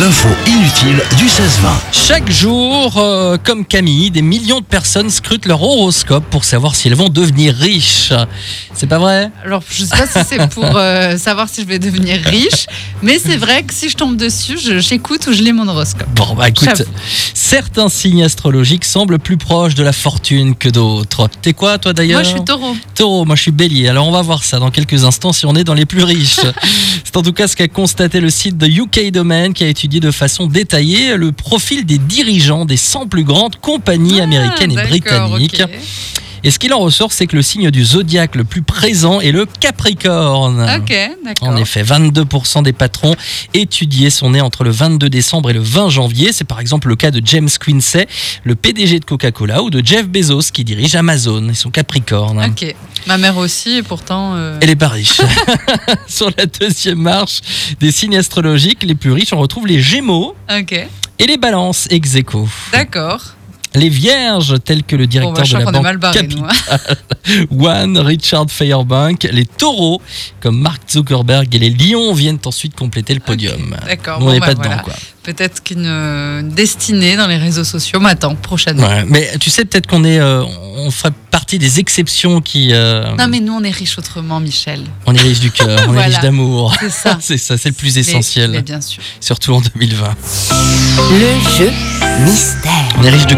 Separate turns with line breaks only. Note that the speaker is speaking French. l'info inutile du 16-20.
Chaque jour, euh, comme Camille, des millions de personnes scrutent leur horoscope pour savoir si elles vont devenir riches. C'est pas vrai
Alors, je sais pas si c'est pour euh, savoir si je vais devenir riche, mais c'est vrai que si je tombe dessus, je- j'écoute ou je lis mon horoscope.
Bon, bah écoute,
J'avoue.
certains signes astrologiques semblent plus proches de la fortune que d'autres. T'es quoi, toi d'ailleurs
Moi, je suis taureau.
taureau, moi je suis bélier. Alors on va voir ça dans quelques instants si on est dans les plus riches. C'est en tout cas ce qu'a constaté le site de UK Domain qui a étudié de façon détaillée le profil des dirigeants des 100 plus grandes compagnies américaines et
Ah, D'accord,
britanniques.
ok.
Et ce qu'il en ressort, c'est que le signe du zodiaque le plus présent est le Capricorne.
Ok, d'accord.
En effet, 22% des patrons étudiés sont nés entre le 22 décembre et le 20 janvier. C'est par exemple le cas de James Quincey, le PDG de Coca-Cola, ou de Jeff Bezos qui dirige Amazon et son Capricorne.
Ok. Ma mère aussi, et pourtant. euh,
Elle est pas riche. Sur la deuxième marche des signes astrologiques les plus riches, on retrouve les Gémeaux
Ok,
et les Balances ex aequo.
d'accord.
Les Vierges, tels que le
Bon, bah,
directeur
je crois
de
qu'on
la
est mal
banque
barré, nous. hein.
Capital One, Richard Fairbank, les Taureaux, comme Mark Zuckerberg et les Lions viennent ensuite compléter le podium.
hein. D'accord,
Nous, on
bon,
n'est
bah,
pas
voilà.
dedans, quoi.
Peut-être qu'une euh, destinée dans les réseaux sociaux m'attend prochainement.
Ouais, mais tu sais peut-être qu'on est, euh, on ferait partie des exceptions qui, euh,
Non, mais nous, on est riches autrement, Michel.
on est riche du cœur, on est
Voilà.
riche d'amour.
C'est ça.
C'est ça, c'est le plus
Mais-
essentiel,
mais bien sûr.
surtout en 2020.
Le jeu mystère.
On est riche de